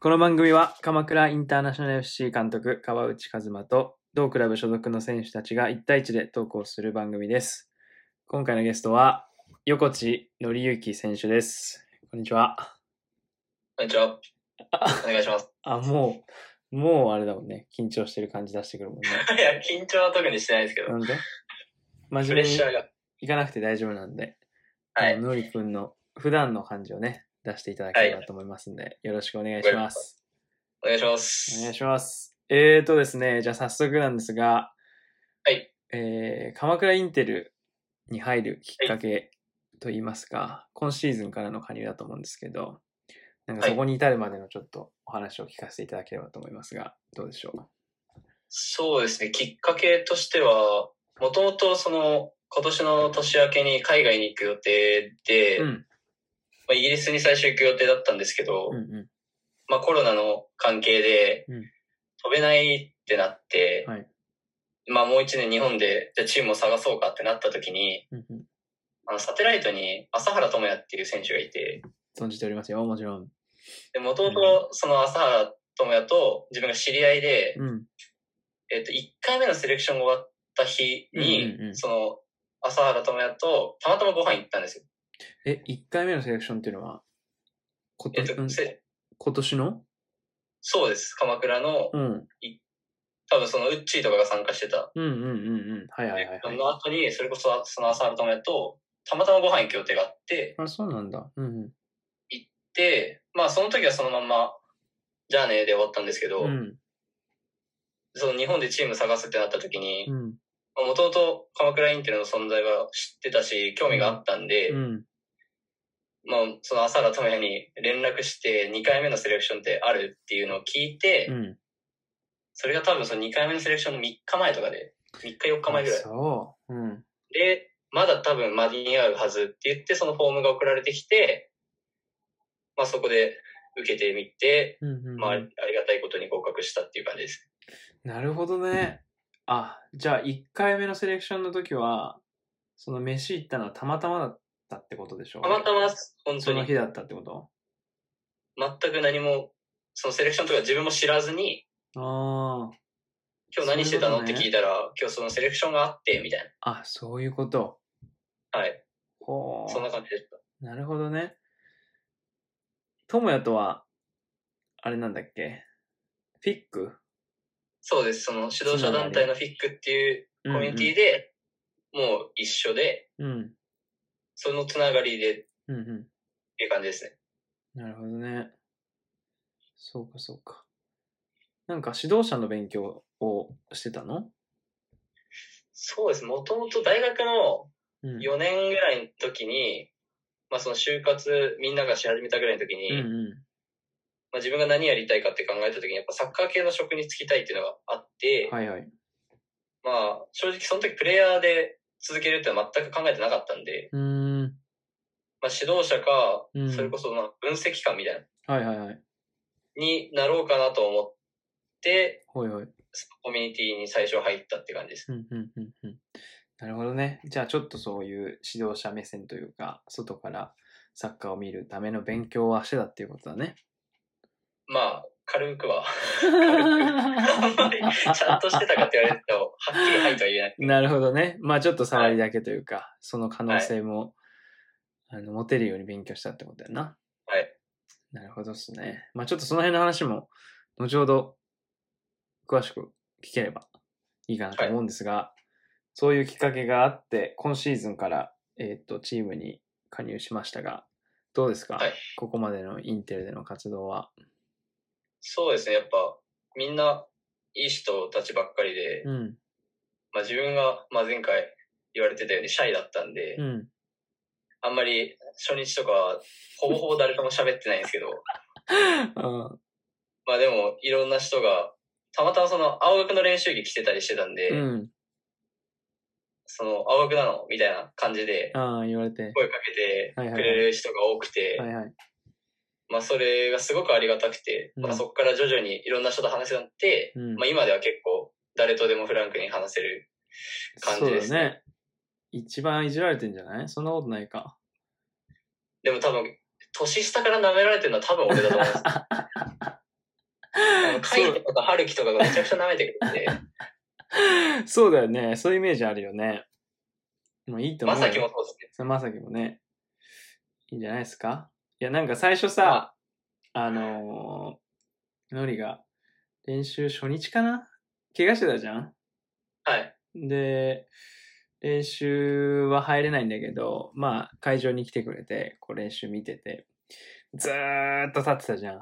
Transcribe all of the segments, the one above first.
この番組は鎌倉インターナショナル FC 監督川内和馬と同クラブ所属の選手たちが1対1で投稿する番組です。今回のゲストは横地則之選手です。こんにちは。こんにちは。お願いします。 あ、もう、もうあれだもんね。緊張してる感じ出してくるもんね。いや、緊張は特にしてないですけなど、んで真プ面目レッにシャーが。いかなくて大丈夫なんで、はい。のりくんの普段の感じをね、出していただければと思いますんで、よろしくお願いします。お願いしまお願いす。します。えーとですね、じゃあ早速なんですが、はい。えー鎌倉インテルに入るきっかけといいますか、今シーズンからの加入だと思うんですけど、なんかそこに至るまでのちょっとお話を聞かせていただければと思いますが、どうでしょう。そうですね。きっかけとしては、もともとその、今年の年明けに海外に行く予定で、うんま。あ、イギリスに最初行く予定だったんですけど、うんうまあコロナの関係で、うん飛べないってなって、はいまあもう一年日本で、じゃあチームを探そうかってなった時に、ん。うんうんあのサテライトに朝原智也っていう選手がいて、存じておりますよ、もちろん。で、もともとその朝原智也と自分が知り合いで、うん。えっと、1回目のセレクションが終わった日に、うんうんうんその、朝原智也とたまたまご飯行ったんですよ。え、1回目のセレクションっていうのは、今え年,、っと、せ今年のそうです。鎌倉の、うん。多分そのウッチーとかが参加してた。うんうんうんうん。はいはいはい、そはい。の後に、それこそその朝原智也と、たまたまご飯行く予定があって、あ、そうなんだ。うんうん。で、まあその時はそのまんま、じゃあねで終わったんですけど、うん。その日本でチーム探すってなった時に、うん。もともと鎌倉インテルの存在は知ってたし、興味があったんで、うん。まあ、その朝原智也に連絡して2回目のセレクションってあるっていうのを聞いて、うん。それが多分その2回目のセレクションの3日前とかで、3日4日前ぐらいあ。そう。うん。で、まだ多分間に合うはずって言って、そのフォームが送られてきて、まあそこで受けてみて、うんうんうんまあありがたいことに合格したっていう感じです。なるほどね。あ、じゃあ1回目のセレクションの時は、その飯行ったのはたまたまだったってことでしょたまたま本そ当のに日だったってこと全く何も、そのセレクションとか自分も知らずに、あ今日何してたのそうっいうことてね聞いたら、今日そのセレクションがあって、みたいあ。あ、そういうこと。な。はい。ほそんなう。感じでした。なるほどね。友也とは、あれなんだっけフィックそうです。その指導者団体のフィックっていうココミュニティで、もう一緒で、うんうん。そのつながりでっうんうん。ていう感じですね。なるほどね。そうかそうか。なんか指導者の勉強をしてたのそうです。もともと大学のうん。 4年ぐらいの時に、まあその就活みんながし始めたぐらいの時に、うんうん。まあ自分が何やりたいかって考えた時に、やっぱサッカー系の職に就きたいっていうのがあって、はいはい。まあ正直その時プレイヤーで続けるってのは全く考えてなかったんで、うーん。まあ指導者かうん、それこそまあ分析官みたいな、はいはいはい。になろうかなと思って、ほいほい。そのコミュニティに最初入ったって感じです。うんうんうんうん。なるほどね。じゃあちょっとそういう指導者目線というか、外からサッカーを見るための勉強はしてたっていうことだ ね。まあ、軽くは、あんまりちゃんとしてたかって言われると、はっきりはいとは言えない。なるほどね。まあちょっと触りだけというか、その可能性も、あの持てるように勉強したってことだよな。はい。なるほどですね。まあちょっとその辺の話も、後ほど詳しく聞ければいいかなと思うんですが、そういうきっかけがあって、今シーズンから、えっ、と、チームに加入しましたが、どうですか、はいここまでのインテルでの活動は。そうですね、やっぱ、みんな、いい人たちばっかりで、うん。まあ自分が、まあ前回言われてたようにシャイだったんで、 うん。あんまり初日とかは、ほぼほぼ誰とも喋ってないんですけど、あまあでも、いろんな人が、たまたまその、青学の練習着着てたりしてたんで、ーうん。その、青学なのみたいな感じで、ああ、言われて。声かけてくれる人が多くて、はいはい。まあそれがすごくありがたくて、うんまあそこから徐々にいろんな人と話すようになって、うんまあ今では結構誰とでもフランクに話せる。感じですそねうだね。一番いじられてんじゃないそんなことないか。 でも多分、年下から舐められてるのは多分俺だと思うんです。あの海人とか春樹とかがめちゃくちゃ舐めてくるん で、 そうだよね。そういうイメージあるよね。もういいと思まうよ。さきもそうですね。そのまさきもね、いいんじゃないですかいや、なんか最初さ、あのー、のりが、練習初日かな怪我してたじゃんはい。で、練習は入れないんだけど、まあ、会場に来てくれて、こう練習見てて、ずーっと立ってたじゃん。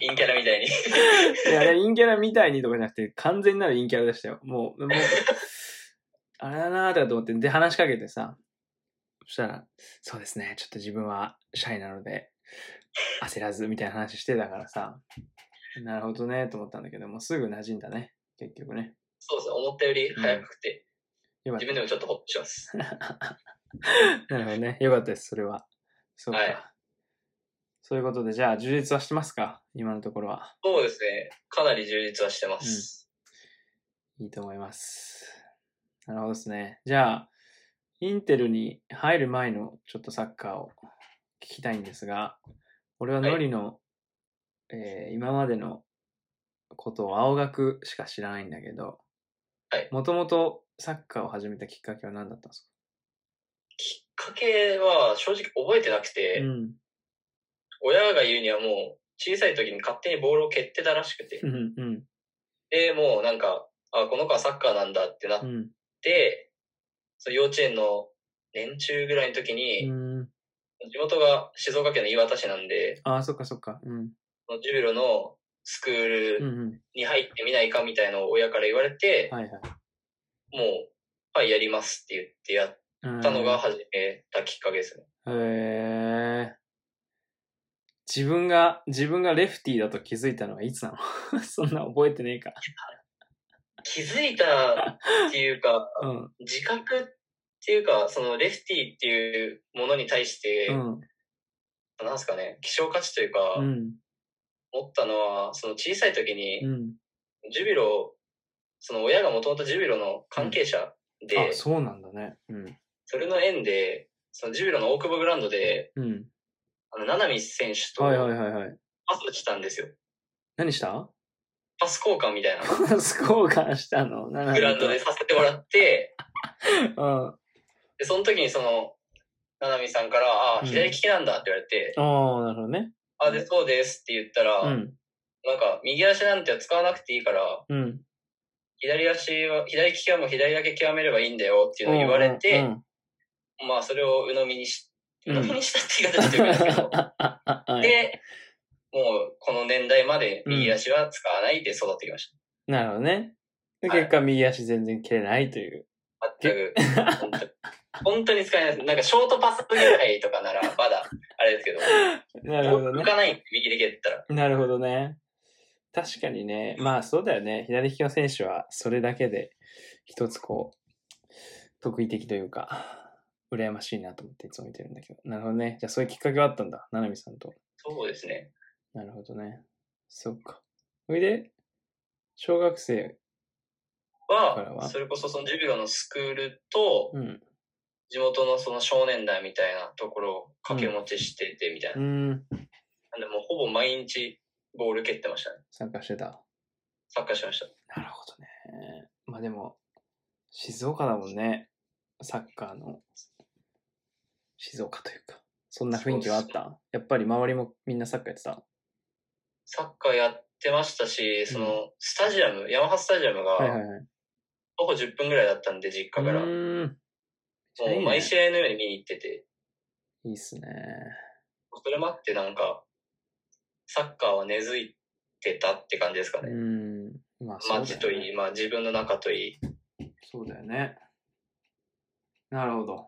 陰キャラみ たいに。いや、あれ陰キャラみたいにとかじゃなくて、完全なる陰キャラでしたよ。もう、もう、あれだなーとかと思って、で、話しかけてさ、そしたら、そうですね、ちょっと自分はシャイなので、焦らずみたいな話してたからさ、なるほどね、と思ったんだけど、もうすぐ馴染んだね、結局ね。そうですね。思ったより早くて、よかっ自分でもちょっとほっとします。た。なるほどね、よかったです、それは。そうか。はいそういうことで、じゃあ、充実はしてますか今のところは。そうですね。かなり充実はしてます。いいと思います。なるほどですね。じゃあ、インテルに入る前のちょっとサッカーを聞きたいんですが、俺はノリの、えー今までのことを青学しか知らないんだけどはい、もともとサッカーを始めたきっかけは何だったんですきっかけは正直覚えてなくて、かうん。親が言うにはもう小さい時に勝手にボールを蹴ってたらしくてう、ん。うん。で、もうなんか、あ、この子はサッカーなんだってなっうん。て、そう幼稚園の年中ぐらいの時に、うん。地元が静岡県の磐田市なんで、ああ、そっかそっか。うん。そのジュビロのスクーうん。ルうに入ってみないかみたいのを親から言われてん。、はいはい。もう、はい、やりますって言ってやっうんたのが始めたきっかけですね。へえ。自分が、自分がレフティーだと気づいたのはいつなの そんな覚えてねえか。気づいたっていうか、うん。自覚っていうか、そのレフティっていうものに対して、うん。なんですかね、希少価値というか、うん。思ったのは、その小さい時にう、ん。ジュビロ、その親がもともとジュビロの関係者で、あ、そうなんだね。うん。それの縁で、そのジュビロの大久保グラウンドで、うん。あの、七海選手とはいはいはいはい。パス打ちたんですよ。何した パス交換みたいな。スコーガンしたのなグラウンドでさせてもらって、うん。あで、その時にその、七海さんから、あうあ、ん左利きなんだって言われて、あ、なるほどね。あで、そうですって言ったら、うん。なんか、右足なんて使わなくていいから、うん。左足は、左利きはもう左だけ極めればいいんだよっていうのを言われて、うんうんまあ、それを鵜呑みにし、う鵜ん呑みにしたって言い方してるんですけ ど、はいで、もう、この年代までうん右足は使わないで育ってきましなるほどね。で、はい結果、右足全然蹴れないという。た。全く、 本当に。本当に使えないです。なんか、ショートパスぐらいとかなら、まだ、あれですけど、 なるほどね浮。かないんで、右で蹴ったら。なるほどね。確かにね。まあそうだよね。左利きの選手はそれだけで一つこう、得意的というか、羨ましいなと思っていつも見てるんだけど。なるほどね。じゃあそういうきっかけがあったんだ。ななみさんと。そうですね。なるほどね。そっか。それで、小学生、だからはは、それこそそのジュビロのスクールと、うん。地元のその少年団みたいなところを掛け持ちしてて、みたいなう。ん。なんでもうほぼ毎日ボール蹴ってましたね。参加してた。サッカーしました。なるほどね。まあでも、静岡だもんね。サッカーの、静岡というか。そんな雰囲気はあったやっぱり周りもみんなサッカーやってたサッカーやってましたし、その、スタジアム、ヤマハスタジアムはいはいが、はい。徒歩10分ぐらいだったんで、実家から。うもーん。いいねう毎試合のように見に行ってて、いいっすね。それもあってなんか、サッカーは根付いてたって感じですかうね。ん。まあ、そうだ街とよいね。い、まあ自分の中といい。そうだよね。なるほど。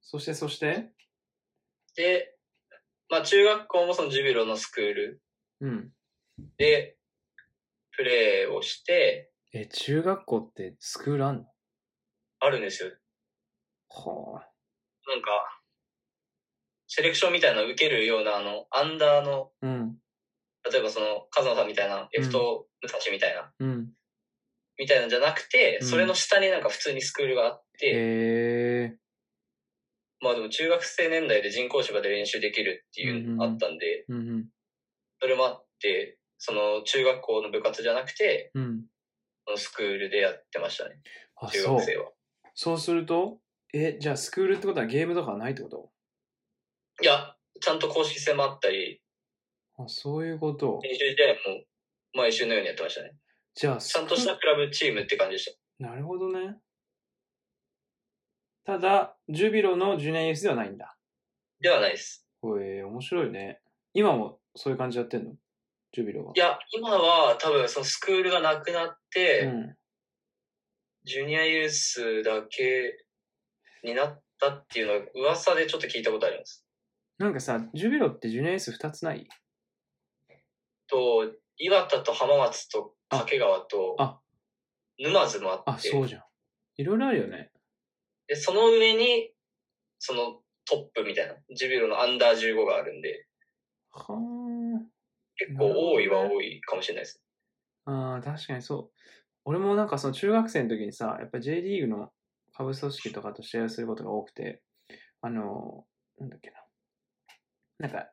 そして、そしてで、まあ中学校もそのジュビロのスクールうん。で、プレーをして、え、中学校ってスクールあんのあるんですよ。はあ。なんか、セレクションみたいなの受けるような、あの、アンダーの、うん。例えばその、カズマさんみたいな、うんエフト武蔵みたいな、うん。みたいなんじゃなくて、うんそれの下になんか普通にスクールがあって、へえ。まあでも中学生年代で人工芝で練習できるっていうのがあったんで、うんうん。それもあって、その中学校の部活じゃなくて、うん。そのスクールでやってましたね、あ、中そう学。生は。そうすると、え、じゃあスクールってことはゲームとかはないってこいや、ちゃんと公式戦もあったり、とあ、そういうこと。練習試合も毎週のようにやってましたね。じゃあ、ちゃんとしたクラブチームって感じでしなるほどね。ただ、ジュビロのジュニアユースではないんだ。た。ではないです。これ、面白いね。今もそういう感じやってんのジュビロは。いや、今は多分そのスクールがなくなって、うん。ジュニアユースだけになったっていうのは噂でちょっと聞いたことあります。なんかさ、ジュビロってジュニアユース2つないと、岩田と浜松と掛川とあ、沼津もああ、って、そうじゃん。いろいろあるよね。でその上に、そのトップみたいな、ジュビロのアンダー15があるんで、はー結構多いは多いかもしれないです。ああ、確かにそう。俺もなんかその中学生の時にさ、やっぱ J リーグの下部組織とかと試合をすることが多くて、あのー、なんだっけな。なんか、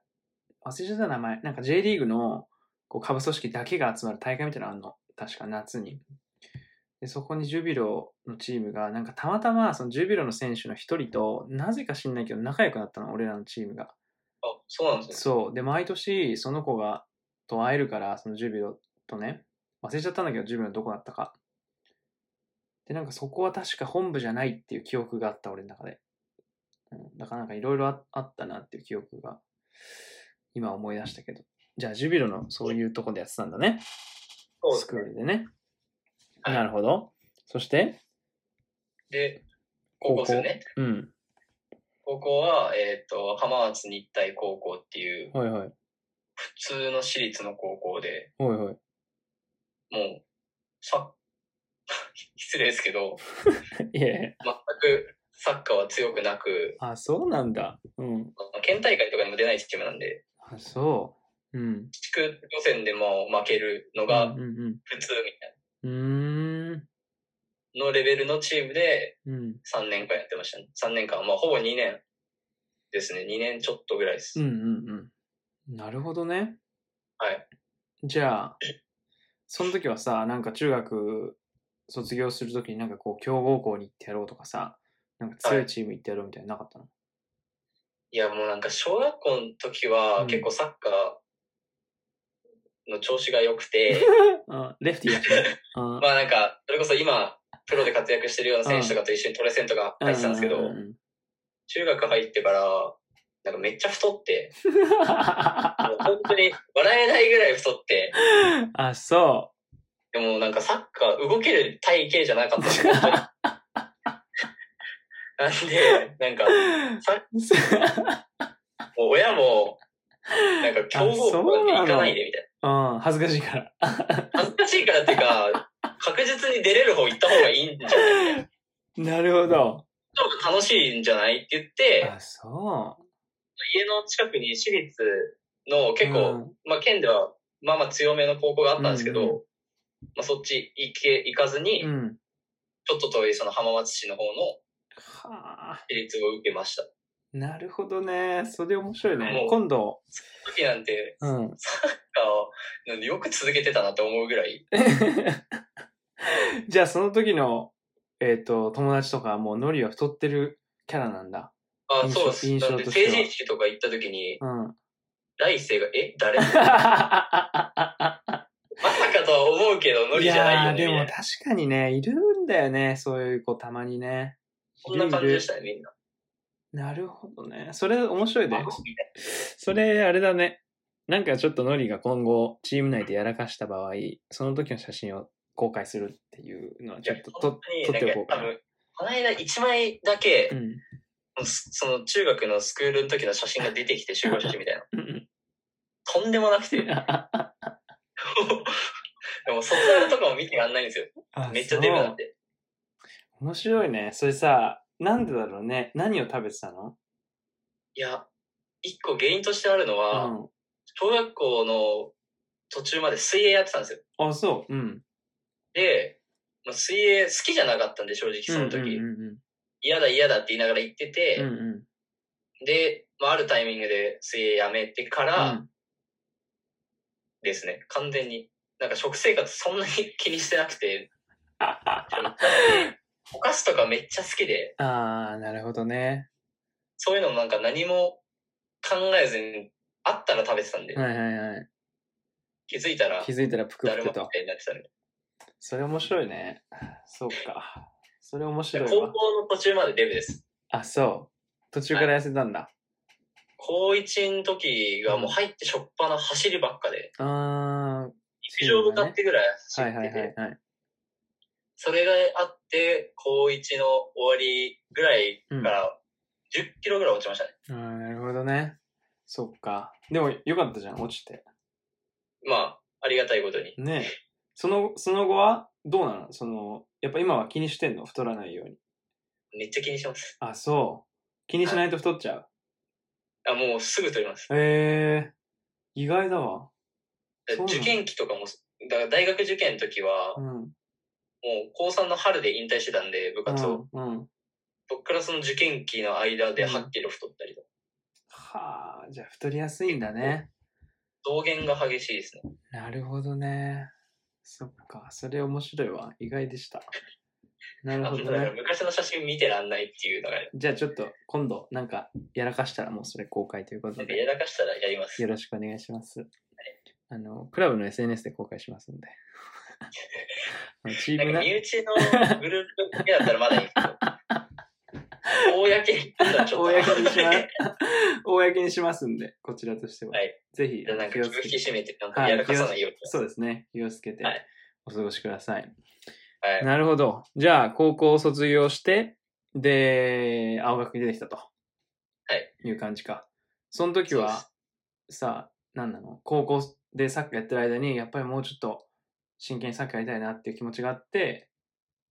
忘れちゃった名前。なんか J リーグのこう下部組織だけが集まる大会みたいなのあんの。確か夏に。で、そこにジュビロのチームが、なんかたまたまそのジュビロの選手の一人と、なぜか知んないけど仲良くなったの、俺らのチームが。あ、そうなんですね。そう。で、毎年、その子が、と会えるから、そのジュビロとね、忘れちゃったんだけど、ジュビロどこだったか。で、なんかそこは確か本部じゃないっていう記憶があった、俺の中で。うん、だからなんかいろいろああったなっていう記憶が、今思い出したけど。じゃあ、ジュビロのそういうとこでやってたんだね。そうでスすクーね。ルでね。はいなるほど。そして、で、高校ですよね。うん。高校は、えっ、と、浜松日体高校っていう、はいはい。普通の私立の高校で、はいはい。もう、さ、 失礼ですけど、いえいえ。全くサッカーは強くなく、あ、そうなんだ。うん。県大会とかにも出ないチームなんで、あ、そう。うん。地区予選でも負けるのがうんうんうん。普通みたいうーん。な、のレベルのチームでうん。 3年間やってましたね。3年間、まあほぼ2年ですね。2年ちょっとぐらいです。うんうんうん。なるほどね。はい。じゃあ、 その時はさ、なんか中学卒業するときになんかこう、強豪校に行ってやろうとかさ、なんか強いチーム行ってやろうみたいなのなかったの、いや、もうなんか小学校の時うはん結構サッカーの調子が良く て、あレフティーだしね。あまあなんか、それこそ今、プロで活躍してるような選手とかと一緒にトレセンとか入ってたんですけど、うんうんうん 中学入ってから、なんかめっちゃ太って、もう本当に笑えないぐらい太って、あ、そ。でもなんかサッカー動ける体型じゃなかったです本当に なんで、なんか、もう親も、なんか強豪校に行かないでみたいう うん、恥ずかしいから。な。恥ずかしいからっていうか、確実に出れる方行った方がいいんじゃないなるほど。多分楽しいんじゃないって言って、あ、そ家の近くに私立のう。結構、うんまあ県ではまあまあ強めの高校があったんですけど、うんうんまあそっち行け、行かずに、うん。ちょっと遠いその浜松市の方のはあ。私立を受けました。なるほどね。それ面白いねも。う今度、その時なんて、うん。なんかよく続けてたなって思うぐらい、 じゃあその時の、えっ、と、友達とかはもうノリは太ってるキャラなんだ。あ印象そうです。印象なんでとして成は人式とか行った時に、うん。来世が、え誰 まさいかとは思うけ ど、ノリじゃないよやー、ねでみたもいな。確かにね、いるんだよね。そういう子たまにね。そんな感じでしたたね、みんな。なるほどね。それ面白いねあ。みたいそれ、あれだね。なんかちょっとノリが今後、チーム内でやらかした場合、その時の写真を公開するっていうのは、ちょなっと本と当撮ってに、おなこんうか、かあなの、この間1枚だけ、うん。そその中学のスクールの時の写真が出てきて集合写真みたいな。う んうんとんでもなく て。でも卒アルとかも見てらんないんですよ。めっちゃデブなんで。そう面白いね。それさ、なんでだろうね。何を食べてたのいや、一個原因としてあるのは、小学校の途中まで水泳やってたんですよ。うん。あ、そう。うん。で、まあ、水泳好きじゃなかったんで正直その時。うんうん嫌だ嫌だって言いながら行ってて、うん。うんうんで、まあ、あるタイミングで水泳やめてから、うんですね。完全に。なんか食生活そんなに 気にしてなくて、 お菓子とかめっちゃ好きで、ああ、なるほどね。そういうのもなんか何も考えずに、あったら食べてたんで、はいはいはい。気づいたら気、づいたらぷくだぷるまくみたと。いになってたんで。それ面白いね。そうか。それ面白い高わ。校の途中までデブです。あ、そう。途中から痩せたんだ。高1の時がもう入ってしょっぱな走りばっかで、あ陸上部買ってぐらい走あ、っはていて、はいはいはい。それがあって、高1の終わりぐらいから10キロぐらい落ちましたね。あーなるほどね。そっか。でも、よかったじゃん、落ちて。まあ、ありがたいことに。ねえ。その、その後は、どうなのその、やっぱ今は気にしてんの太らないように。めっちゃ気にします。あ、そう。気にしないと太っちゃう。あ、もうすぐ取ります。へえ意外だわ。そうなの受験期とかも、だから大学受験の時は、うもん。う高3の春で引退してたんで、部活を。うん。うん僕からその受験期の間でうん8キロ太ったりとか。はあ、じゃあ太りやすいんだね。増減が激しいですね。なるほどね。そっか、それ面白いわ。意外でした。なるあほだ どからね。昔の写真見てらんないっていうのが、じゃあちょっと今度なんかやらかしたらもうそれ公開ということなんかでやらかしたらやりますよ。ろしくお願いします。あの、クラブの SNS で公開しますんで。あのチーなムんかな、身内のグループだけだったらまだいいけど、公に言ったらちょっと。公にします。公にしますんで、こちらとしては。はいぜひ、なんか気気ををつけ引きて。締めて、なんかやらかさないように。そうですね。気をつけてはいお過ごしください。はい。。なるほど。じゃあ、高校を卒業して、で、青学に出てきたと。はいいう感じか。その時そうは、さ、なんなの高校でサッカーやってる間に、やっぱりもうちょっと真剣にサッカーやりたいなっていう気持ちがあって、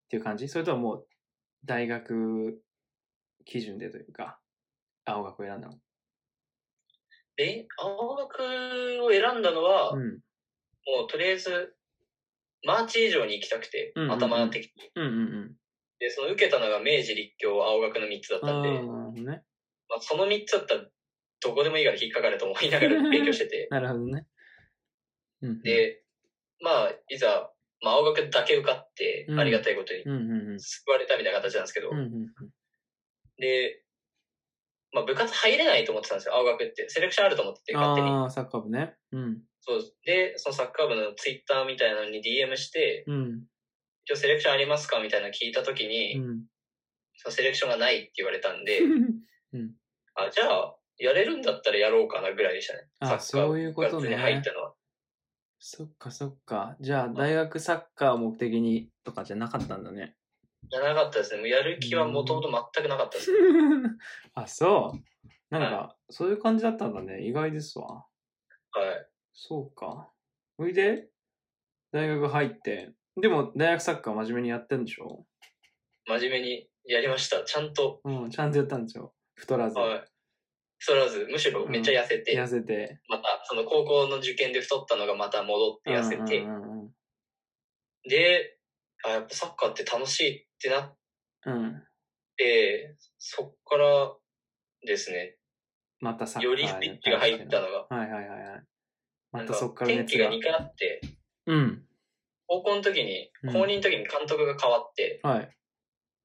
っていう感じそれとももう、大学基準でというか、青学を選んだので、青学を選んだのは、うんも。うとりあえず、マーチ以上に行きたくて、うんうんうん頭的に。うんうんで、その受けたのが明治、立教、青学の3つだっうん。たんで、あーなるまほどね。、あ、その3つだったら、どこでもいいから引っかかると思いながら勉強しててなるほどね。うんうん、で、まあ、いざ、まあ、青学だけ受かってう、んありがたいことにうんうんうん。救われたみたいな形なんですけど、うんうんで、まあ、部活入れないと思ってたんですよ、青学って。セレクションあると思ってうて、ん。勝手に。ああ、サッカー部ね。うん。そうで、そのサッカー部のツイッターみたいなのに DM して、うん。今日セレクションありますかみたいなの聞いたときに、うん。そのセレクションがないって言われたんで、あ、じゃあ、やれるんだったらやろうかなぐらいでしたね。あ、そういうこと部活に入っねた。のは。 そっかそっか。じゃあ、大学サッカーを目的にとかじゃなかったんだね。 じゃなかったですね。もうやる気はもともと全くなかったです。あ、そう。なんか、そういう感じだったんだね。意外ですわ。はい。そうか。ほいで、大学入って、でも大学サッカー真面目にやってんでしょ真面目にやりました。ちゃんと。うん、ちゃんとやったんでしょ太らず、はい。そらず、むしろめっちゃ痩せて、痩せて。また、その高校の受験で太ったのがまた戻って痩せて、うんうんで、あ、やっぱサッカーって楽しいってなっうん、うん。て、そっからですね、またサッカーよりスイッチが入ったのが、はいはいはいはい。まなんたそっかから天熱気が。が2回あって、うん。高校の時にうん、高2の時に監督が変わって、はい。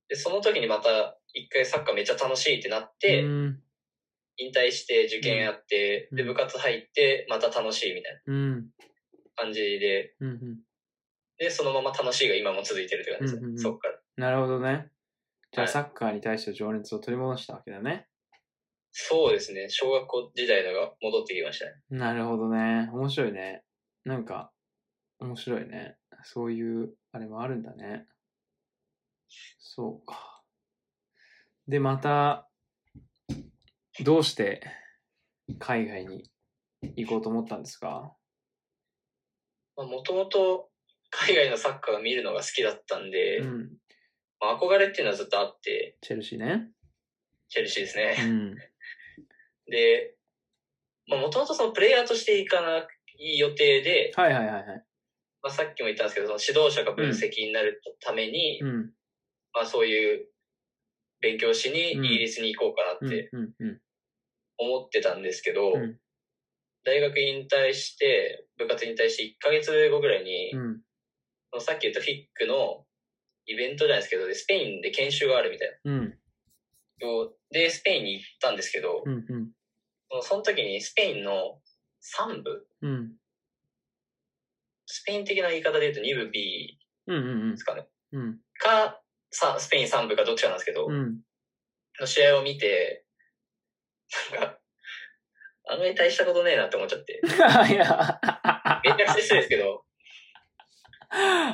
で、その時にまた一回サッカーめっちゃ楽しいってなって、うん。引退して受験やって、うんで、部活入って、また楽しいみたいうん。な感じで、うんうん。で、そのまま楽しいが今も続いてるって感じですね。うんうんうんそっから。なるほどね。じゃあ、はいサッカーに対して情熱を取り戻したわけだね。そうですね、小学校時代のが戻ってきましたね。なるほどね。面白いね。なんか、面白いね。そういう、あれもあるんだね。そうか。で、また、どうして海外に行こうと思ったんですかもともと海外のサッカーを見るのが好きだったんで、うん。まあ、憧れっていうのはずっとあって、チェルシーね。チェルシーですうね。ん。で、もともとそのプレイヤーとして行かない予定で、はいはいはいはい。まあ、さっきも言ったんですけど、その指導者が分析になるために、うん。まあそういう勉強しにうんイギリスに行こうかなうっんて。うん。うん思ってたんですけど、うん大学引退して、部活引退して1ヶ月後ぐらいに、うん。そのさっき言ったフィックのイベントじゃないですけど、でスペインで研修があるみたいうん。な。で、スペインに行ったんですけど、うん。うん。そのその時にスペインの3部うん。スペイン的な言い方で言うと2部 B うん。うんですかね。うん。か、さスペイン3部かどっちかなんですけど、うん。の試合を見て、なんか、あんまり大したことねえなって思っちゃって。いや、めちゃくちゃ失礼ですけど、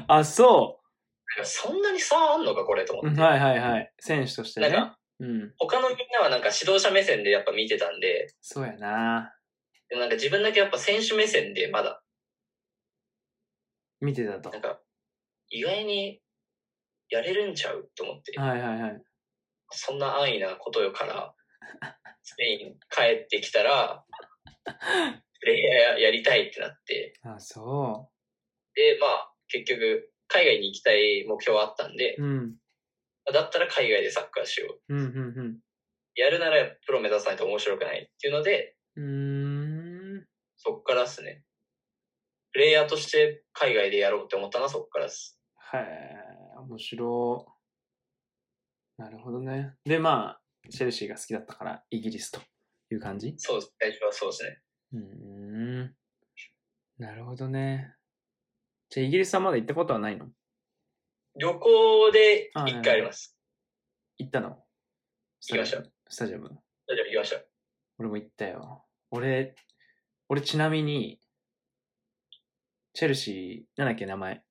あ、そなんかそんなに差あんのかこれとう。思はっいて。はいはい。選手としてなんねか。うん。他のみんなはなんか指導者目線でやっぱ見てたんで、そうやな。でもなんか自分だけやっぱ選手目線でまだ、見てたと。なはんか、意外にやれるんちゃうと思って、いはいはい。そんな安易なことよから、スペイン帰ってきたら、プレイヤーやりたいってなって、あ、そで、まあ、結局、海外に行きたい目標はあったんでう。、うん。だったら海外でサッカーしよう。うん。うん。やるならプロ目指さないと面白くないっていうので、うん。うーん。そっからですね。プレイヤーとして海外でやろうって思ったのはそっからです。はい。面白い。なるほどね。で、まあ、チェルシーが好きだったから、イギリスという感じそうです。最初はそうですね。うーん。なるほどね。じゃあ、イギリスはまだ行ったことはないの旅行で一回あります。行ったの行きましたスタジアムスタジアム。大丈夫、行きました。俺も行ったよ。俺、俺ちなみに、チェルシー、なんだっけ、名前。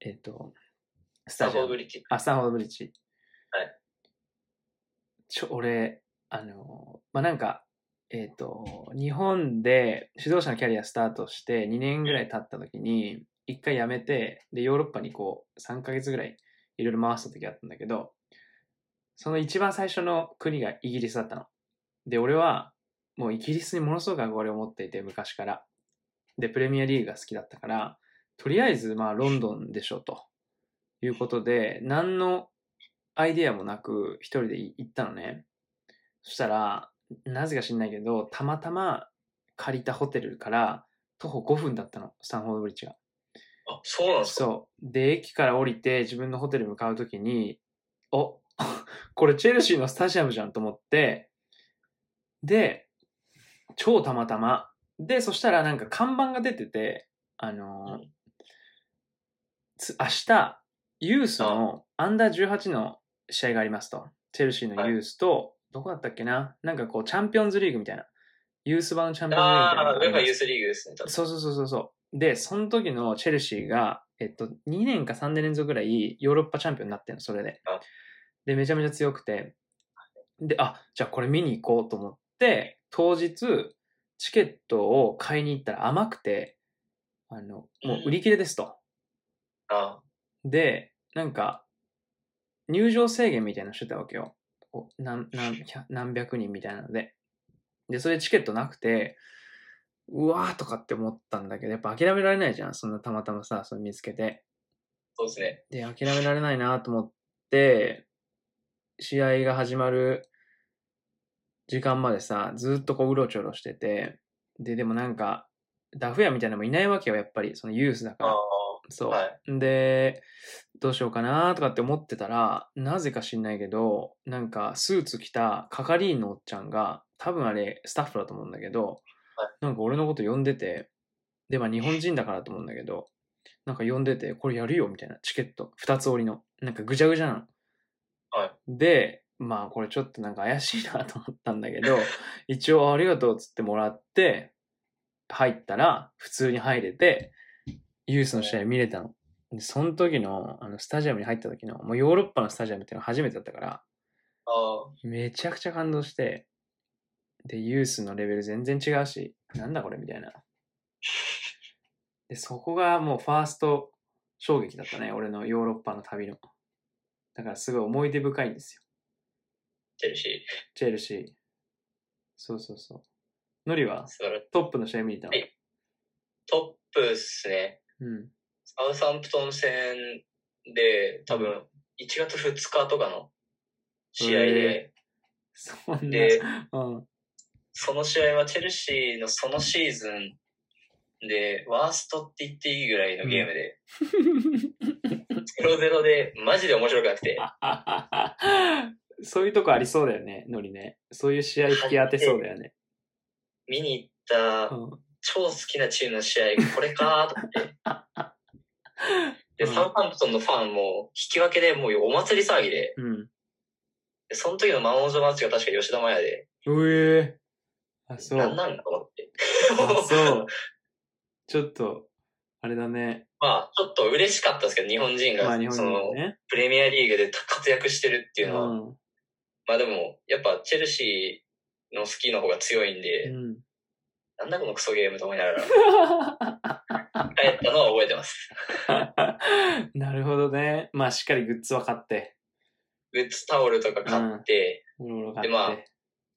えっ、と、ススタタフジォアーブム。リッジ。あ、スタンフォードブリッジ。はい。ちょ、俺、あの、まあ、なんか、えっ、と、日本で指導者のキャリアスタートして2年ぐらい経った時に、一回辞めて、で、ヨーロッパにこう、3ヶ月ぐらい、いろいろ回した時あったんだけど、その一番最初の国がイギリスだったの。で、俺は、もうイギリスにものすごく憧れを持っていて、昔から。で、プレミアリーグが好きだったから、とりあえず、まあ、ロンドンでしょ、ということで、何のアイディアもなく、一人で行ったのね。そしたら、なぜか知んないけど、たまたま借りたホテルから、徒歩5分だったの、スタンフォードブリッジが。あ、そうなんですかそう。で、駅から降りて自分のホテルに向かうときに、お これチェルシーのスタジアムじゃんと思って、で、超たまたま。で、そしたらなんか看板が出てて、あのーうんつ明日、ユースのアンダー18の試合がありますと。チェルシーのユースと、どこだったっけななんかこう、チャンピオンズリーグみたいな。ユース版チャンピオンズリーグみたいなのあがあ、あり上まがすユースリーグですね。多分そうそうそうそうそう。で、その時のチェルシーが、えっと、2年か3年連続ぐらいヨーロッパチャンピオンになってるの、それであ。で、めちゃめちゃ強くて。で、あ、じゃあこれ見に行こうと思って、当日、チケットを買いに行ったら甘くて、あの、もう売り切れですと。あで、なんか、入場制限みたいなのしてたわけよ。こう何何百何百人みたいなので。で、それチケットなくて、うわーとかって思ったんだけど、やっぱ諦められないじゃん。そんなたまたまさ、それ見つけて。そうですね。で、諦められないなと思って、試合が始まる時間までさ、ずっとこううろちょろしてて、で、でもなんか、ダフ屋みたいなのもいないわけよ、やっぱり。そのユースだかあらあ。、そう。はで、どうしようかなとかって思ってたら、なぜか知んないけど、なんかスーツ着た係員のおっちゃんが、多分あれスタッフだと思うんだけど、はなんか俺のこと呼んでて、で、まあ日本人だからと思うんだけど、なんか呼んでて、これやるよみたいなチケット、二つ折りの。なんかぐちゃぐちゃなの。はいで、まあこれちょっとなんか怪しいなと思ったんだけ ど、一応ありがとうっつってもらって、入ったら、普通に入れて、ユースの試合見れたの。で、その時の、あの、スタジアムに入った時の、もうヨーロッパのスタジアムっていうのは初めてだったから、あめちゃくちゃ感動して、で、ユースのレベル全然違うし、なんだこれみたいな。で、そこがもうファースト衝撃だったね、俺のヨーロッパの旅の。だからすごい思い出深いんですよ。チェルシチェルシー。そうそうそう。ノリはー、素晴らしい。トップの試合見に行ったのはいトップですね。うん。サウサンプトン戦で、多分、1月2日とかの試合で、そんな。で、うん。その試合はチェルシーのそのシーズンで、ワーストって言っていいぐらいのゲームで、0-0でマジで面白くなくて、 そういうとこありそうだよね、ノリね。そういう試合引き当てそうだよね。見に行ったうん超好きなチームの試合、これかーと思って。で、うんサウハンプトンのファンも、引き分けでもうお祭り騒ぎで、うん。でその時の魔王女マッチが確か吉田麻也で、うえー、あ、そう。なんあ、なんだと思って。そう。 ちょっと、あれだね。まあ、ちょっと嬉しかったですけど、日本人が、まあ、日本そ人のも、ね。プレミアリーグで活躍してるっていうのは、うんまあでも、やっぱ、チェルシーのスキーの方が強いんで、うん。 なんだこのクソゲームと思いながら、帰ったのは覚え てます。なるほどね。まあ、しっかりグッズ分かって。グッズタオルとか買って、おろおろ買っでて。まあ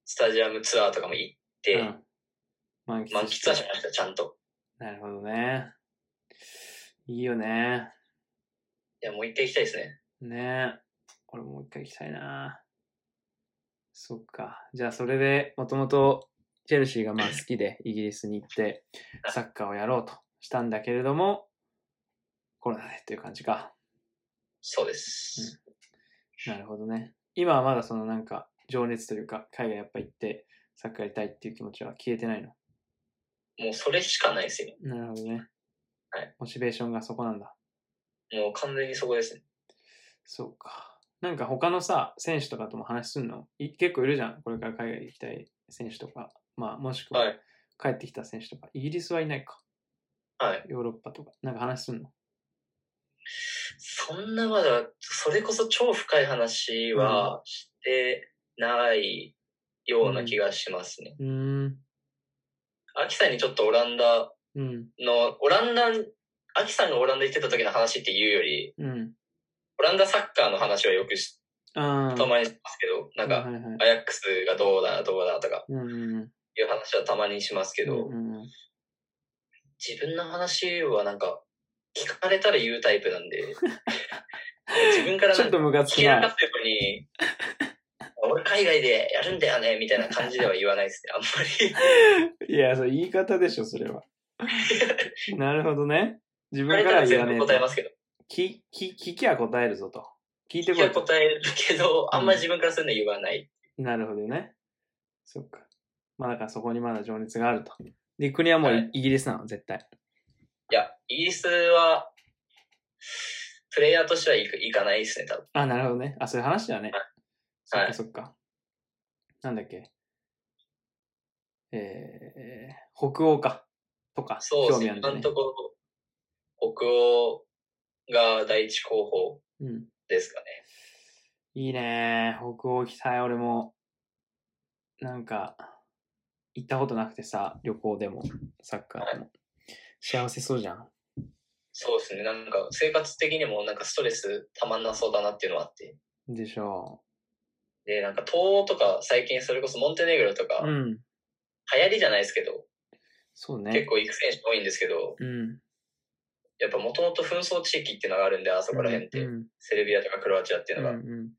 スタジアムツアーとかも行って、うん、満満喫し喫てはしました、ちゃんと。なるほどね。いいよね。いや、もう一回行きたいですね。ねえ。俺もう一回行きたいな。そっか。じゃあそれで、もともとチェルシーがまあ好きでイギリスに行っ て、サッカーをやろうとしたんだけれども、コロナでっていう感じか。そうです。なるほどね。今はまだそのなんか情熱というか、海外やっぱ行ってサッカーやりたいっていう気持ちは消えてないの。もうそれしかないですよ。なるほどね。はい。モチベーションがそこなんだ。もう完全にそこですね。そうか。なんか他のさ、選手とかとも話すんのい結構いるじゃん。これから海外行きたい選手とか。まあ、もしくは。はい帰ってきた選手とか。イギリスはいないか。はい。ヨーロッパとか。なんか話すんのそんなまだ、それこそ超深い話はしてないような気がしますね。うーん。秋さんにちょっとオランダうん。の、オランダ、秋さんがオランダ行ってた時の話っていうより、うん。しオランダサッカーの話はよくしああ。たまにしますけど、なはんか、いはいはいアヤックスがどうだ、どうだとかうんうんうん。いう話はたまにしますけどう、んうんうん自分の話はなんか、聞かれたら言うタイプなんで、自分からちなょっんかとムカ聞つくけなかなっ。たよ うに、俺海外でやるんだよね、みたいな感じでは言わないですね、あんま り。いや、それ言い方でしょ、それ は。なるほどね。自聞か分れからたらは言わ全ねえ部と答えますけど。きき聞きゃ答えるぞと。聞いてこ聞きいはと。答えるけど、あんまり自分からそういうの言わない。なるほどね。そっか。まあだからそこにまだ情熱があると。で、国はもうはいイギリスなの、絶対。いや、イギリスは、プレイヤーとしてはいくいかないですね、多分。あ、なるほどね。あ、そういう話だね。そっはいかそっか。なんだっけ。えー、北欧か。とか、そうですね、だ今よのところ、北欧が第一候補うん。ですかね。いいねー北欧行きたい、俺も。なんか、行ったことなくてさ、旅行でも、サッカーでも。幸せそうじゃん。そうですね、なんか生活的にもなんかストレスたまんなそうだなっていうのはあって。でしょで、なんか東欧とか最近それこそモンテネグロとか、う。う流ん。行りじゃないですけど、そう結ね。構行く選手多いんですけど、うん。やっぱもともと紛争地域っていうのがあるんで、あそこら辺って、うんセルビアとかクロアチアっていううんのが、うん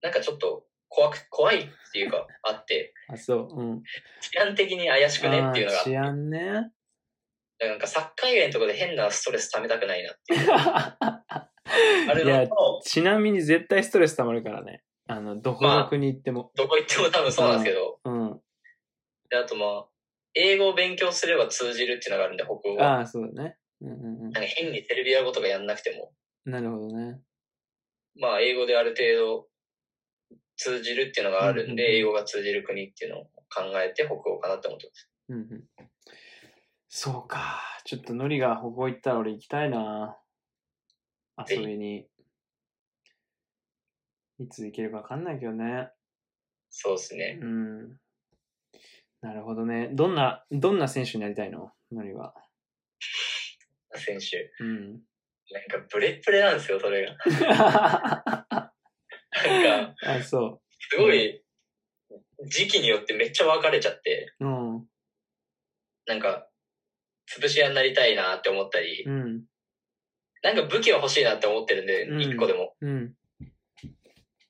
なんかちょっと怖く、怖いっていうか、あって、あ、そう。うん。治安的に怪しくねっていうのがあー、治安ね。 なんかサッカー以外のところで変なストレス溜めたくないなっていう。あれ いだや、と、ちなみに絶対ストレス溜まるからね。あの、どこの国行っても。どこ行っても多分そうなんですけど、うん。であとまあ、英語を勉強すれば通じるっていうのがあるんで、北欧は。ああ、そうだね。うんうんうんなんか変にセルビア語とかやんなくても、なるほどね。まあ英語である程度通じるっていうのがあるんで、うんうんうん英語が通じる国っていうのを考えて北欧かなって思ってます。うんうん。そうか。ちょっとノリがここ行ったら俺行きたいな。ぜ遊ひびに。いつ行けるか分かんないけどね。そうですね。うん。なるほどね。どんな、どんな選手になりたいのノリは。選手。うん。なんかブレッブレなんですよ、それが。 あ、なんか、そすごい、時期によってめっちゃ分かれちゃって、う。うん。なんか、潰し屋になりたいなって思ったり、うん。なんか武器は欲しいなって思ってるんで、うん一個でも。うん。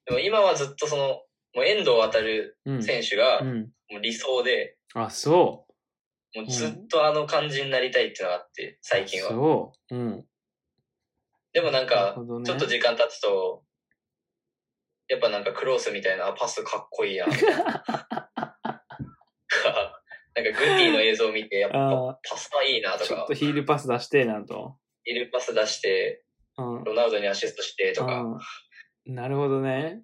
でも今はずっとその、もう遠藤航うん。選手がうもん。う理想で、あ、そもうずっとあの感じになりたいっていうのがあって、う。最近は。そう。うん。でもなんなるかほど、ねちょっと時間経つと、やっぱなんかクロースみたいな、あパスかっこい いやん。なんか、なんかグッディの映像見て、やっぱあパスはいいなーとちょかっと、ヒールパス出して、なんと。イルパス出して、うん。ロナウドにアシストしてとか、うんなるほどね。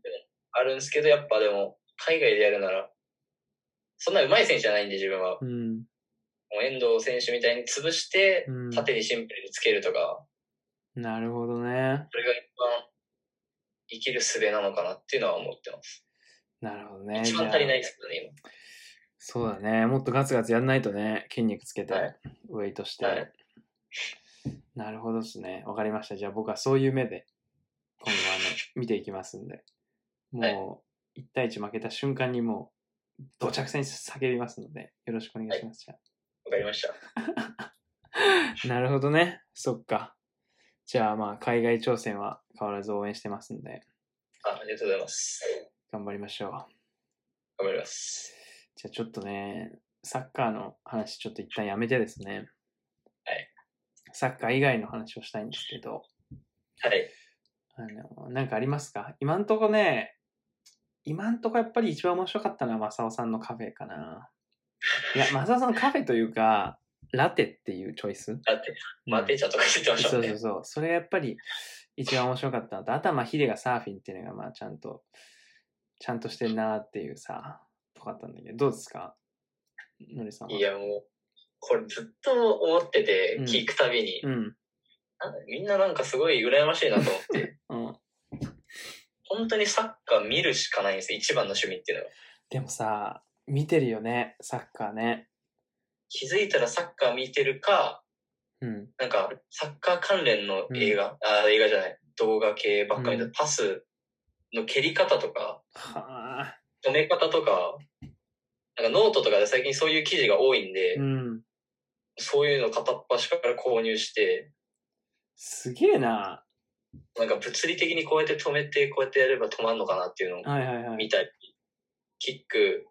あるんですけど、やっぱでも、海外でやるなら、そんな上手い選手じゃないんで、自分は。うん。もう遠藤選手みたいに潰して、うん、縦にシンプルにつけるとか、なるほどね。それが一番生きる術なのかなっていうのは思ってます。なるほどね。一番足りないじでゃあすけどね、そうだね。もっとガツガツやんないとね、筋肉つけて、はいウェイトして。はいなるほどですね。わかりました。じゃあ僕はそういう目で、今後はね、見ていきますんで。はいもう、1対1負けた瞬間にもう、土着戦叫びますので、よろしくお願いします。じゃあ今。わかりました。なるほどね。そっか。じゃあまあ、海外挑戦は変わらず応援してますんで、あありがとうございます。頑張りましょう。頑張ります。じゃあちょっとね、サッカーの話ちょっと一旦やめてですね。はい。サッカー以外の話をしたいんですけど、はい。あの、なんかありますか今んとこね、今んとこやっぱり一番面白かったのは正雄さんのカフェかな。 いや、正雄さんのカフェというか、ラテっていうチョイス。だって、マテち茶とか言ってましたそもんうそねう。そう。それがやっぱり一番面白かったのと、あとはまあヒデがサーフィンっていうのがまあちゃんと、ちゃんとしてんなーっていうさ、とかあったんだけど、どうですかのりさんは。いや、もう、これずっと思っててうん、聞くたびに、うん。なんかみんななんかすごい羨ましいなと思って、 うん。本当にサッカー見るしかないんですよ、一番の趣味っていうのは。でもさ、見てるよね、サッカーね。気づいたらサッカー見てるか、うん。なんか、サッカー関連の映画、あー映画じゃない、動画系ばっかりだ、うんパスの蹴り方とか、はあ。止め方とか、なんかノートとかで最近そういう記事が多いんで、うん。そういうの片っ端から購入して、すげえな。なんか物理的にこうやって止めて、こうやってやれば止まるのかなっていうのをはいはいはい。見たり、キック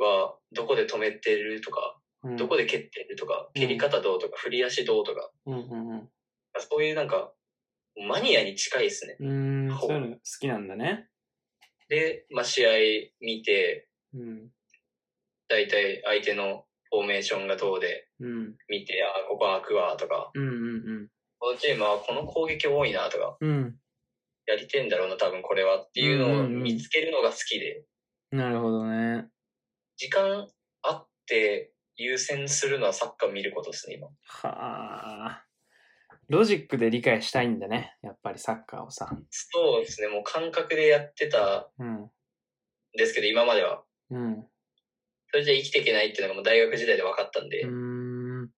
はどこで止めてるとか、うん、どこで蹴ってるとか、蹴り方どうとか、振り足どうとか、うんうんそういうなんか、マニアに近いですね。うん。うーん、ほうそういうの好きなんだね。で、まあ、試合見て、うん。だいたい相手のフォーメーションがどうで、うん。見て、あ、ここは空くわとか、うんうんこのチームはこの攻撃多いなとか、うん。やりてんだろうな、多分これはっていうのを見つけるのが好きで、うん。なるほどね。時間あって優先するのはサッカー見ることですね、今。はあ。ロジックで理解したいんだね。やっぱりサッカーをさ。そうですね、もう感覚でやってたうん。んですけど、今までは。うん。それじゃ生きていけないっていうのがもう大学時代で分かったんで、うーん。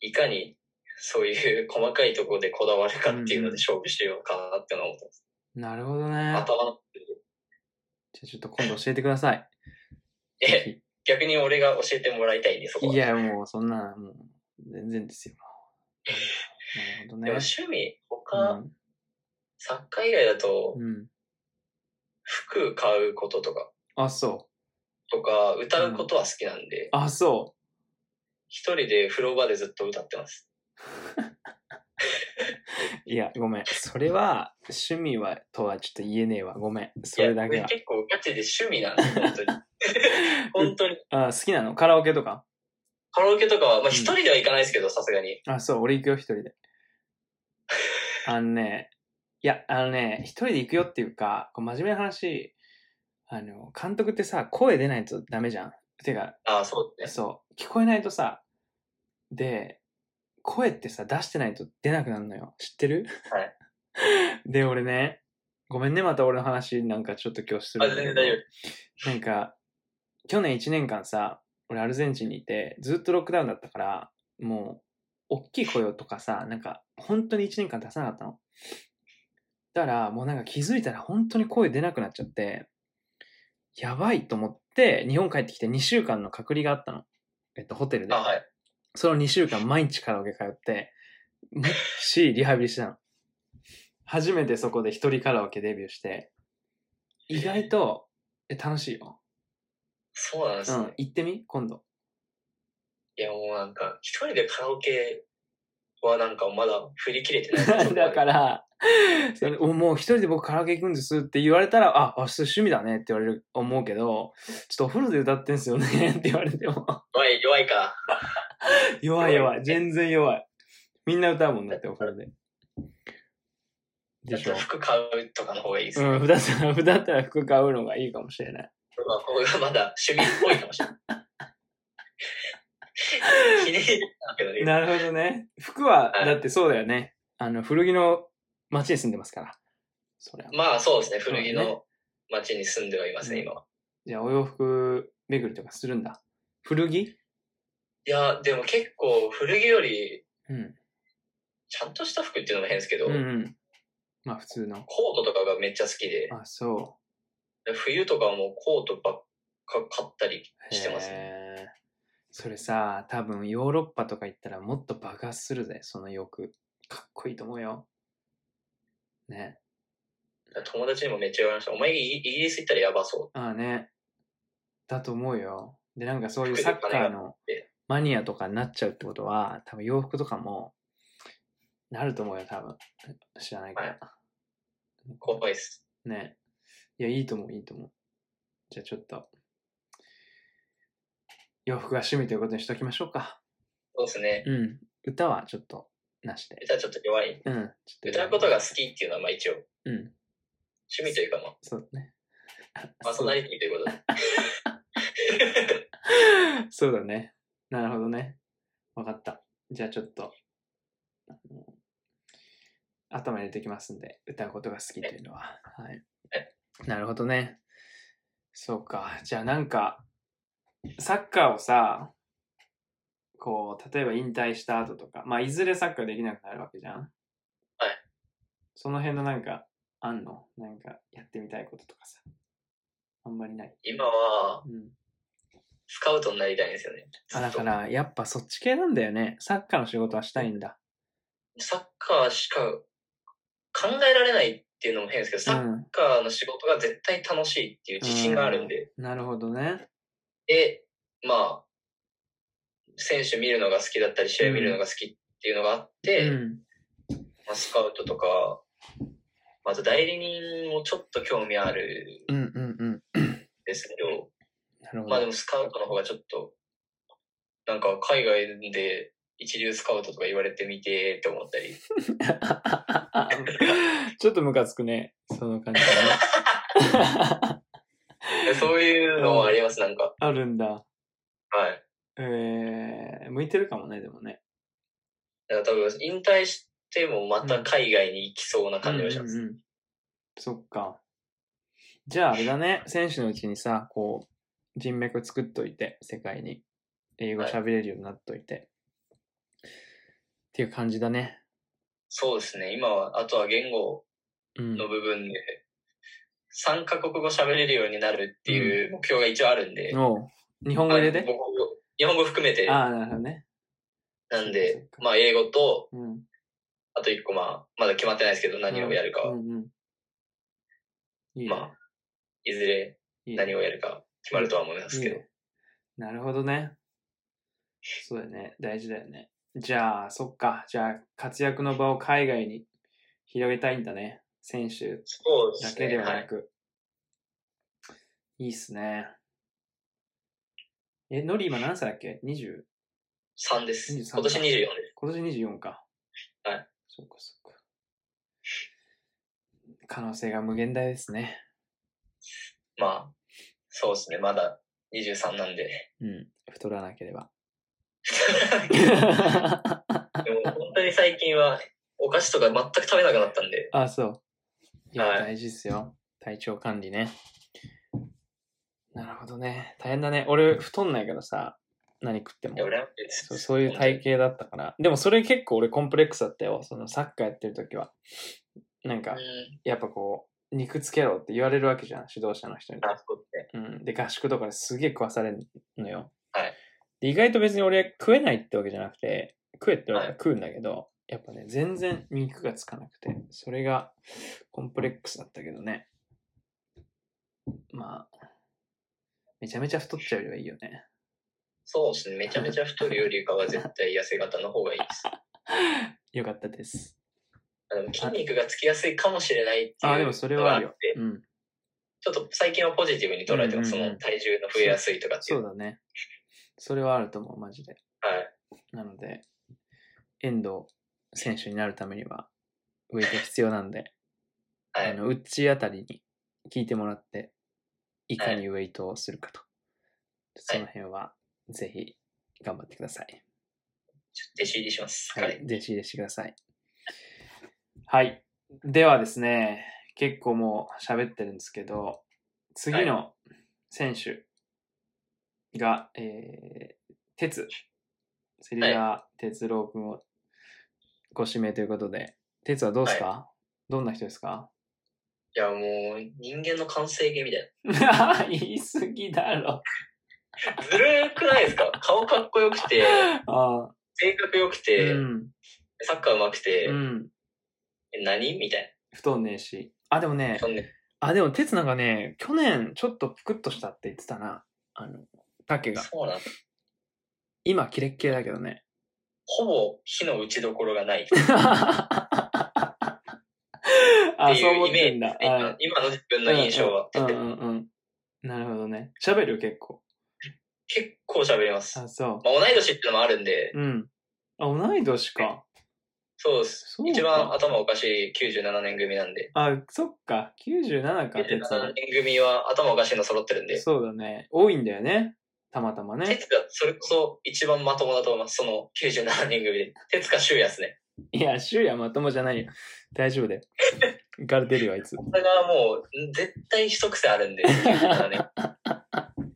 いかにそういう細かいところでこだわるかっていうので勝負しようかなっていうのは思ってます。なるほどね。頭の、じゃあちょっと今度教えてください。え、逆に俺が教えてもらいたいんで、そこは。いや、もうそんな、もう、全然です よ。なるほどでねも。趣味、他、うんサッカー以外だと、うん。服買うこととか、あ、そう。とか、歌うことは好きなんで、あ、そ一人で風呂場でずっと歌ってます。う。いや、ごめん。それは、趣味は、とはちょっと言えねえわ。ごめん。それだけいやはこ。結構ガチで趣味な んですよ、本当に。本当に。あ、好きなのカラオケとかカラオケとかは、まんあ一人では行かないですけど、さすがに。あ、そう。俺行くよ、一人 で。あのね、いや、あのね、一人で行くよっていうか、こう真面目な話、あの、監督ってさ、声出ないとダメじゃん。てか、ああ、そうですね。そう。聞こえないとさ、で、声ってさ、出してないと出なくなるのよ。知ってるはい で、俺ね、ごめんね、また俺の話なんかちょっと今日するんだけどあ全然大丈なんか、去年1年間さ、俺アルゼンチンにいて、ずっとロックダウンだったから、もう、大きい声とかさ、なんか、本当に1年間出さなかったの。だから、もうなんか気づいたら本当に声出なくなっちゃって、やばいと思って、日本帰ってきて2週間の隔離があったの。えっと、ホテルであ。はい。その2週間毎日カラオケ通って、もっし、リハビリしたの。初めてそこで一人カラオケデビューして、意外とえ、楽しいよ。そうなんでうすね。ん、行ってみ今 度。いや、もうなんか、一人でカラオケはなんかまだ振り切れ てない。だから、それおもう一人で僕カラオケ行くんですって言われたら、あ、あ、それ趣味だねって言われる、思うけど、ちょっとお風呂で歌ってんすよ ねって言われても、弱い、弱いか。弱い弱い、全然弱い。みんな歌うもんだって、お風呂で。ちでょっしょと。服買うとかの方がいいですうね。ん、普段さ、普段だったら 服買うのがいいかもしれない。まあ、ここがまだ趣味っぽいかもしれない。 ひねりだけどね。なるほどね。服は、はいだってそうだよね。あの、古着の街に住んでますから。そりゃ。まあそうですね、そうね古着の街に住んではいますね、今は。じゃあ、お洋服巡りとかするんだ。古着いや、でも結構古着より、うん。ちゃんとした服っていうのも変ですけど、うんうん。まあ、普通の。コートとかがめっちゃ好きで、あ、そ冬とかはもうコートばっか買ったりう。してますね。ね。それさ、多分ヨーロッパとか行ったらもっと爆発するぜ、その洋服。かっこいいと思うよ。ね。友達にもめっちゃ言われました。お前イギリス行ったらやばそう。ああね。だと思うよ。で、なんかそういうサッカーのてマニアとかになっちゃうってことは、多分洋服とかも、なると思うよ、多分。知らないから。怖いっす。ね。いや、いいと思う、いいと思う。じゃあちょっと、洋服が趣味ということにしときましょうか。そうですね。うん。歌はちょっと、なしで。歌はちょっと弱い。うん。ちょっ歌うことが好きっていうのはまあ一応、うん。趣味というかまあ、そうだね。パーソナリティということで。。そうだね。なるほどね。わかった。じゃあちょっと、あの頭入れてきますんで、歌うことが好きというのは。はい。なるほどね。そうか。じゃあなんか、サッカーをさ、こう、例えば引退した後とか、まあ、いずれサッカーできなくなるわけじゃんはいその辺のなんか、あんのなんか、やってみたいこととかさ。あんまりない。今は、うん。スカウトになりたいんですよね。あだずっかとら、やっぱそっち系なんだよね。サッカーの仕事はしたいんだ。サッカーしか考えられないっていうのも変ですけど、うサッん。カーの仕事が絶対楽しいっていう自信があるんで、なるほどね。で、まあ、選手見るのが好きだったり、試合見るのが好きっていうのがあっうて、ん。まあ、スカウトとか、あと代理人もちょっと興味あるんうんうんうん。ですけど、なるほまあでど。もスカウトの方がちょっと、なんか海外で一流スカウトとか言われてみてって思っ たり、 ちょっとムカつくね。その感じがね。そういうのはあります、なんか。あるんだ。はい。えー、向いてるかもね、でもね。だから多分引退してもまた海外に行きそうな感じがします。うんうんうんそっか。じゃああれだね、選手のうちにさ、こう、人脈作っといて、世界に。英語喋れるようになっといて。っていう感じだね。そうですね。今は、あとは言語うん。の部分で、3カ国語喋れるようになるっていう目標が一応あるんで、おう日本語入れあての僕日本語含めて、ああ、なるほどね。なんそっでか、まあ英語と、うん。あと一個まあ、まだ決まってないですけど、何をやるかは、うんうん。いいねまあ、いずれいいね何をやるか決まるとは思いますけど、いいねなるほどね。そうだよね。大事だよね。じゃあ、そっか。じゃあ、活躍の場を海外に広げたいんだね。選手そうでだすけね。ではは、ないく。いいっすね。え、ノリ今何歳だっけ ?20? 3です。 23今年24です。今年24か。はい。そっかそっか。可能性が無限大ですね。まあ、そうですね。まだ23なんで。 うん。太らなけれ ば。でも本当に最近はお菓子とか全く食べなくなったんで、あ、そう。いや、はい大事っすよ。体調管理ね。なるほどね。大変だね。俺、太んないからさ、何食ってもいや、。羨ましいです。そうそういう体型だったから。でもそれ結構俺コンプレックスだったよ。そのサッカーやってる時は。なんかう、ん、やっぱこう、肉つけろって言われるわけじゃん。指導者の人に。あそうですねうん。で、合宿とかですげえ食わされるのよ。はいで、意外と別に俺食えないってわけじゃなくて、食えって言われたらは食うんだけど、やっぱね、全然肉がつかなくて、それがコンプレックスだったけどね。まあ、めちゃめちゃ太っちゃうよりはいいよね。 そうですね。めちゃめちゃ太るよりかは絶対痩せ型の方がい いです。よかったです。あの筋肉がつきやすいかもしれないってあ、いでうもそれのはがああっるてよ、。うん。ちょっと最近はポジティブに捉えてます。うんそうんうんの体重の増えやすいとかってい。そううだね。それはあると思う、マジで。はい。なので、遠藤選手になるためには、ウェイト必要なんで、はあい。の、うっちーあたりに聞いてもらって、いかにウェイトをするかと。その辺は、ぜひ、頑張ってください。ちょっと弟子入りします。は彼い、弟子入れしてください。はい。ではですね、結構もう喋ってるんですけど、次の選手が、えー、鉄、セリア哲郎君をご指名ということで、鉄はどうですか、どんな人ですかいや、もう、人間の完成形みたい 言い過ぎだろ。な。ずるくないですか顔かっこよく て、あ性格よくーて、うん。サッカー上手くて、うん。え何みたい太んねえし。あ、でもねな。、そんであ、でも、鉄なんかね、去年、ちょっとぷくっとしたって言ってたな。あの、竹が。そうなんだ今、キレッキレだけど ね。ほぼ火の打ちどころがない。あってそうい思うっイメてーんジだですね。。今はい今の自分の印象は。うんうんうん。なるほどね。喋る結構。結構喋れます。あ、そまあ、同い年ってのもあるんで、う。うん。あ、同い年か。そうです。そうか一番頭おかしい97年組なんで。あ、そっか。97か、鉄は97年組は頭おかしいの揃ってるんで。そうだね。多いんだよね。たまたまね。哲がそれこそ一番まともだと思います。その97年組で。哲か周也ですね。いや、周也まともじゃないよ。大丈夫だよ。浮かれてるよ、あい つ。それがもう、絶対一癖あるんで、97年。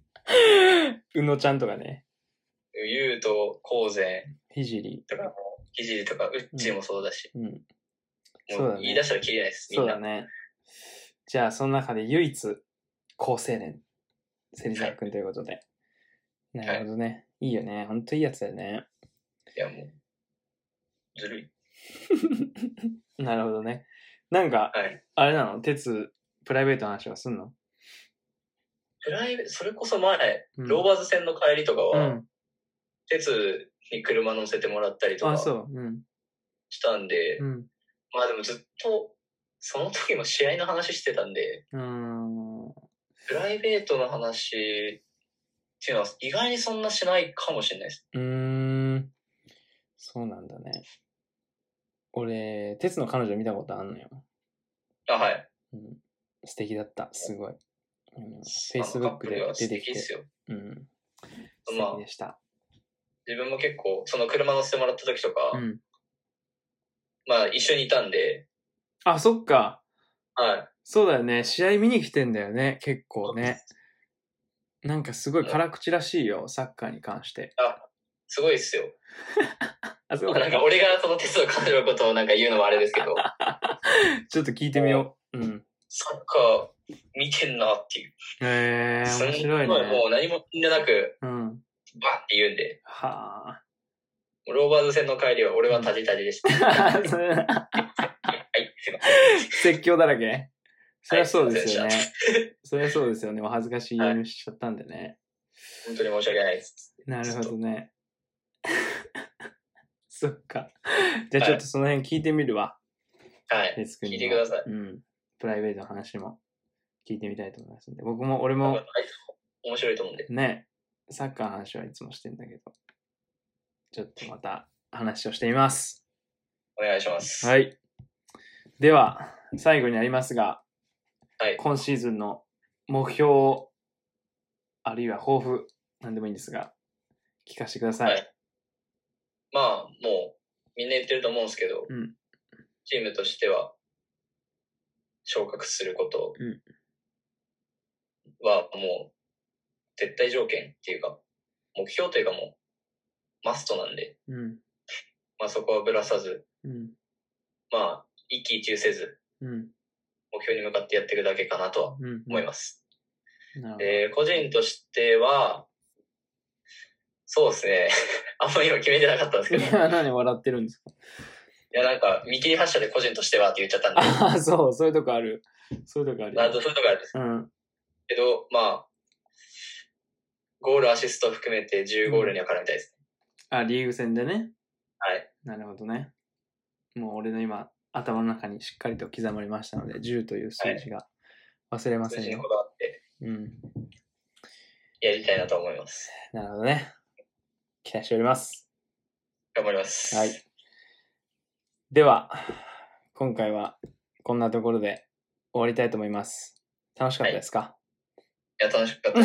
うのちゃんとかね。ゆうと、こうぜひじり。とかも、ひじりとか、うっちーもそうだし、うん。そうもだうね言い出したらきりないです、みそんうな。だね。じゃあ、その中で唯一、高青年、芹沢くんということで。なるほどね。いいよね。ほんといいやつだよね。いや、もう、ずるい。なるほどね。なんか、はい。あれなの鉄、プライベートの話はすんのプライベそれこそ前、うんローバーズ戦の帰りとかうは、ん。鉄に車乗せてもらったりとあ、かそう。うん。したんで、うん。まあでもずっと、その時も試合の話してたんで、うーん。プライベートの話っていうのは意外にそんなしないかもしれないです。うーん。そうなんだね。俺、鉄の彼女見たことあんのよ。あ、はい。うん、素敵だった、すごい。あのあの Facebook でカップルは出素てき敵ですて、よ。うん、素まあ敵でした。自分も結構、その車乗せてもらった時とか、うん、まあ一緒にいたんで、あ、そっか。はい。そうだよね。試合見に来てんだよね、結構ね。なんかすごい辛口らしいよ、サッカーに関して。すごいですよ。あ、そうなんか俺がその鉄を感じることをなんか言うのもあれです けど、ちょっと聞いてみよう。うん。サッカー見てんなっていう。へえー、面白いすんごもね。う何も気になく、うん。バッって言うんで、 はローバーズ戦の帰りは俺はタジタジでした。はあい、すい。ません。説教だらけそりゃそうですよね。そりゃそうですよね。お恥ずかしい言いしちゃったんでね。本当に申し訳ないです。なるほどね。 そっか。じゃあちょっとその辺聞いてみるわ。はい。哲君聞にいもてください。うん。プライベートの話も聞いてみたいと思いますんで。僕も、俺多分も面白いと思うんで。ね、サッカーの話はいつもしてんだけど、ちょっとまた話をしてみます。お願いします。は。い。では、最後になりますが、はい今シーズンの目標を、あるいは抱負、なんでもいいんですが、聞かせてください。はいまあ、もう、みんな言ってると思うんですけど、うんチームとしては、昇格することうんは、もう、絶対条件っていうか、目標というかもう、マストなんで、うん。まあそこはぶらさず、うん。まあ、一喜一憂せず、うん。目標に向かってやっていくだけかなとはうん。思います。す。なるほど。で、個人としては、そうですね。 あんまり今決めてなかったんですけど。いや、 何笑ってるんです かいや、なんか、見切り発車で個人としてはって言っちゃった んで、ああ、そう、そういうとこある。そういうとこあるまあ、そうよ。いうとこあるんですうん。けど、まあ、ゴールアシスト含めて10ゴールには絡みたいですね。あ、リーグ戦でね。はい。なるほどね。もう俺の今、頭の中にしっかりと刻まれましたので、10という数字が忘れませ数ん字によ。こだわってうん。やりたいなと思います。なるほどね。期待しております。頑張ります。はい。では、今回はこんなところで終わりたいと思います。楽しかったですか、いや、楽しかったで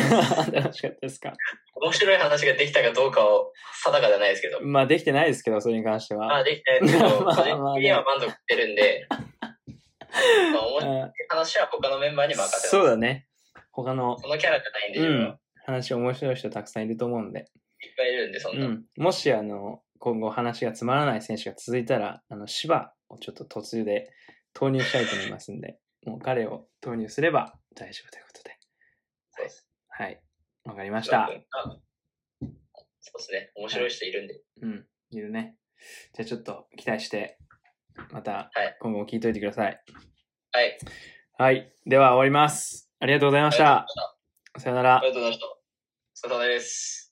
す。楽しかったですか面白い話ができたかどうかを定かじゃないですけど。まあ、できてないですけど、それに関してまは。あ、できたやつけど、個まあ人的には満足してるんで、まあ、面白いうん話は他のメンバーに任せます。そうだね。他のそのキャラじゃないんで、うん自分は話面白い人たくさんいると思うんで、いっぱいいるんで、そんうな。ん、もしあの今後話がつまらない選手が続いたらあの芝をちょっと途中で投入したいと思いますんでもう彼を投入すれば大丈夫ということでそうです。はいわかりましたあそうですね。面白い人いるんで。うんいるねじゃあちょっと期待してまたはい今後も聞いといてくださいはい。はいでは終わりますありがとうございましたあさよならりがとうございました。お疲れ様です。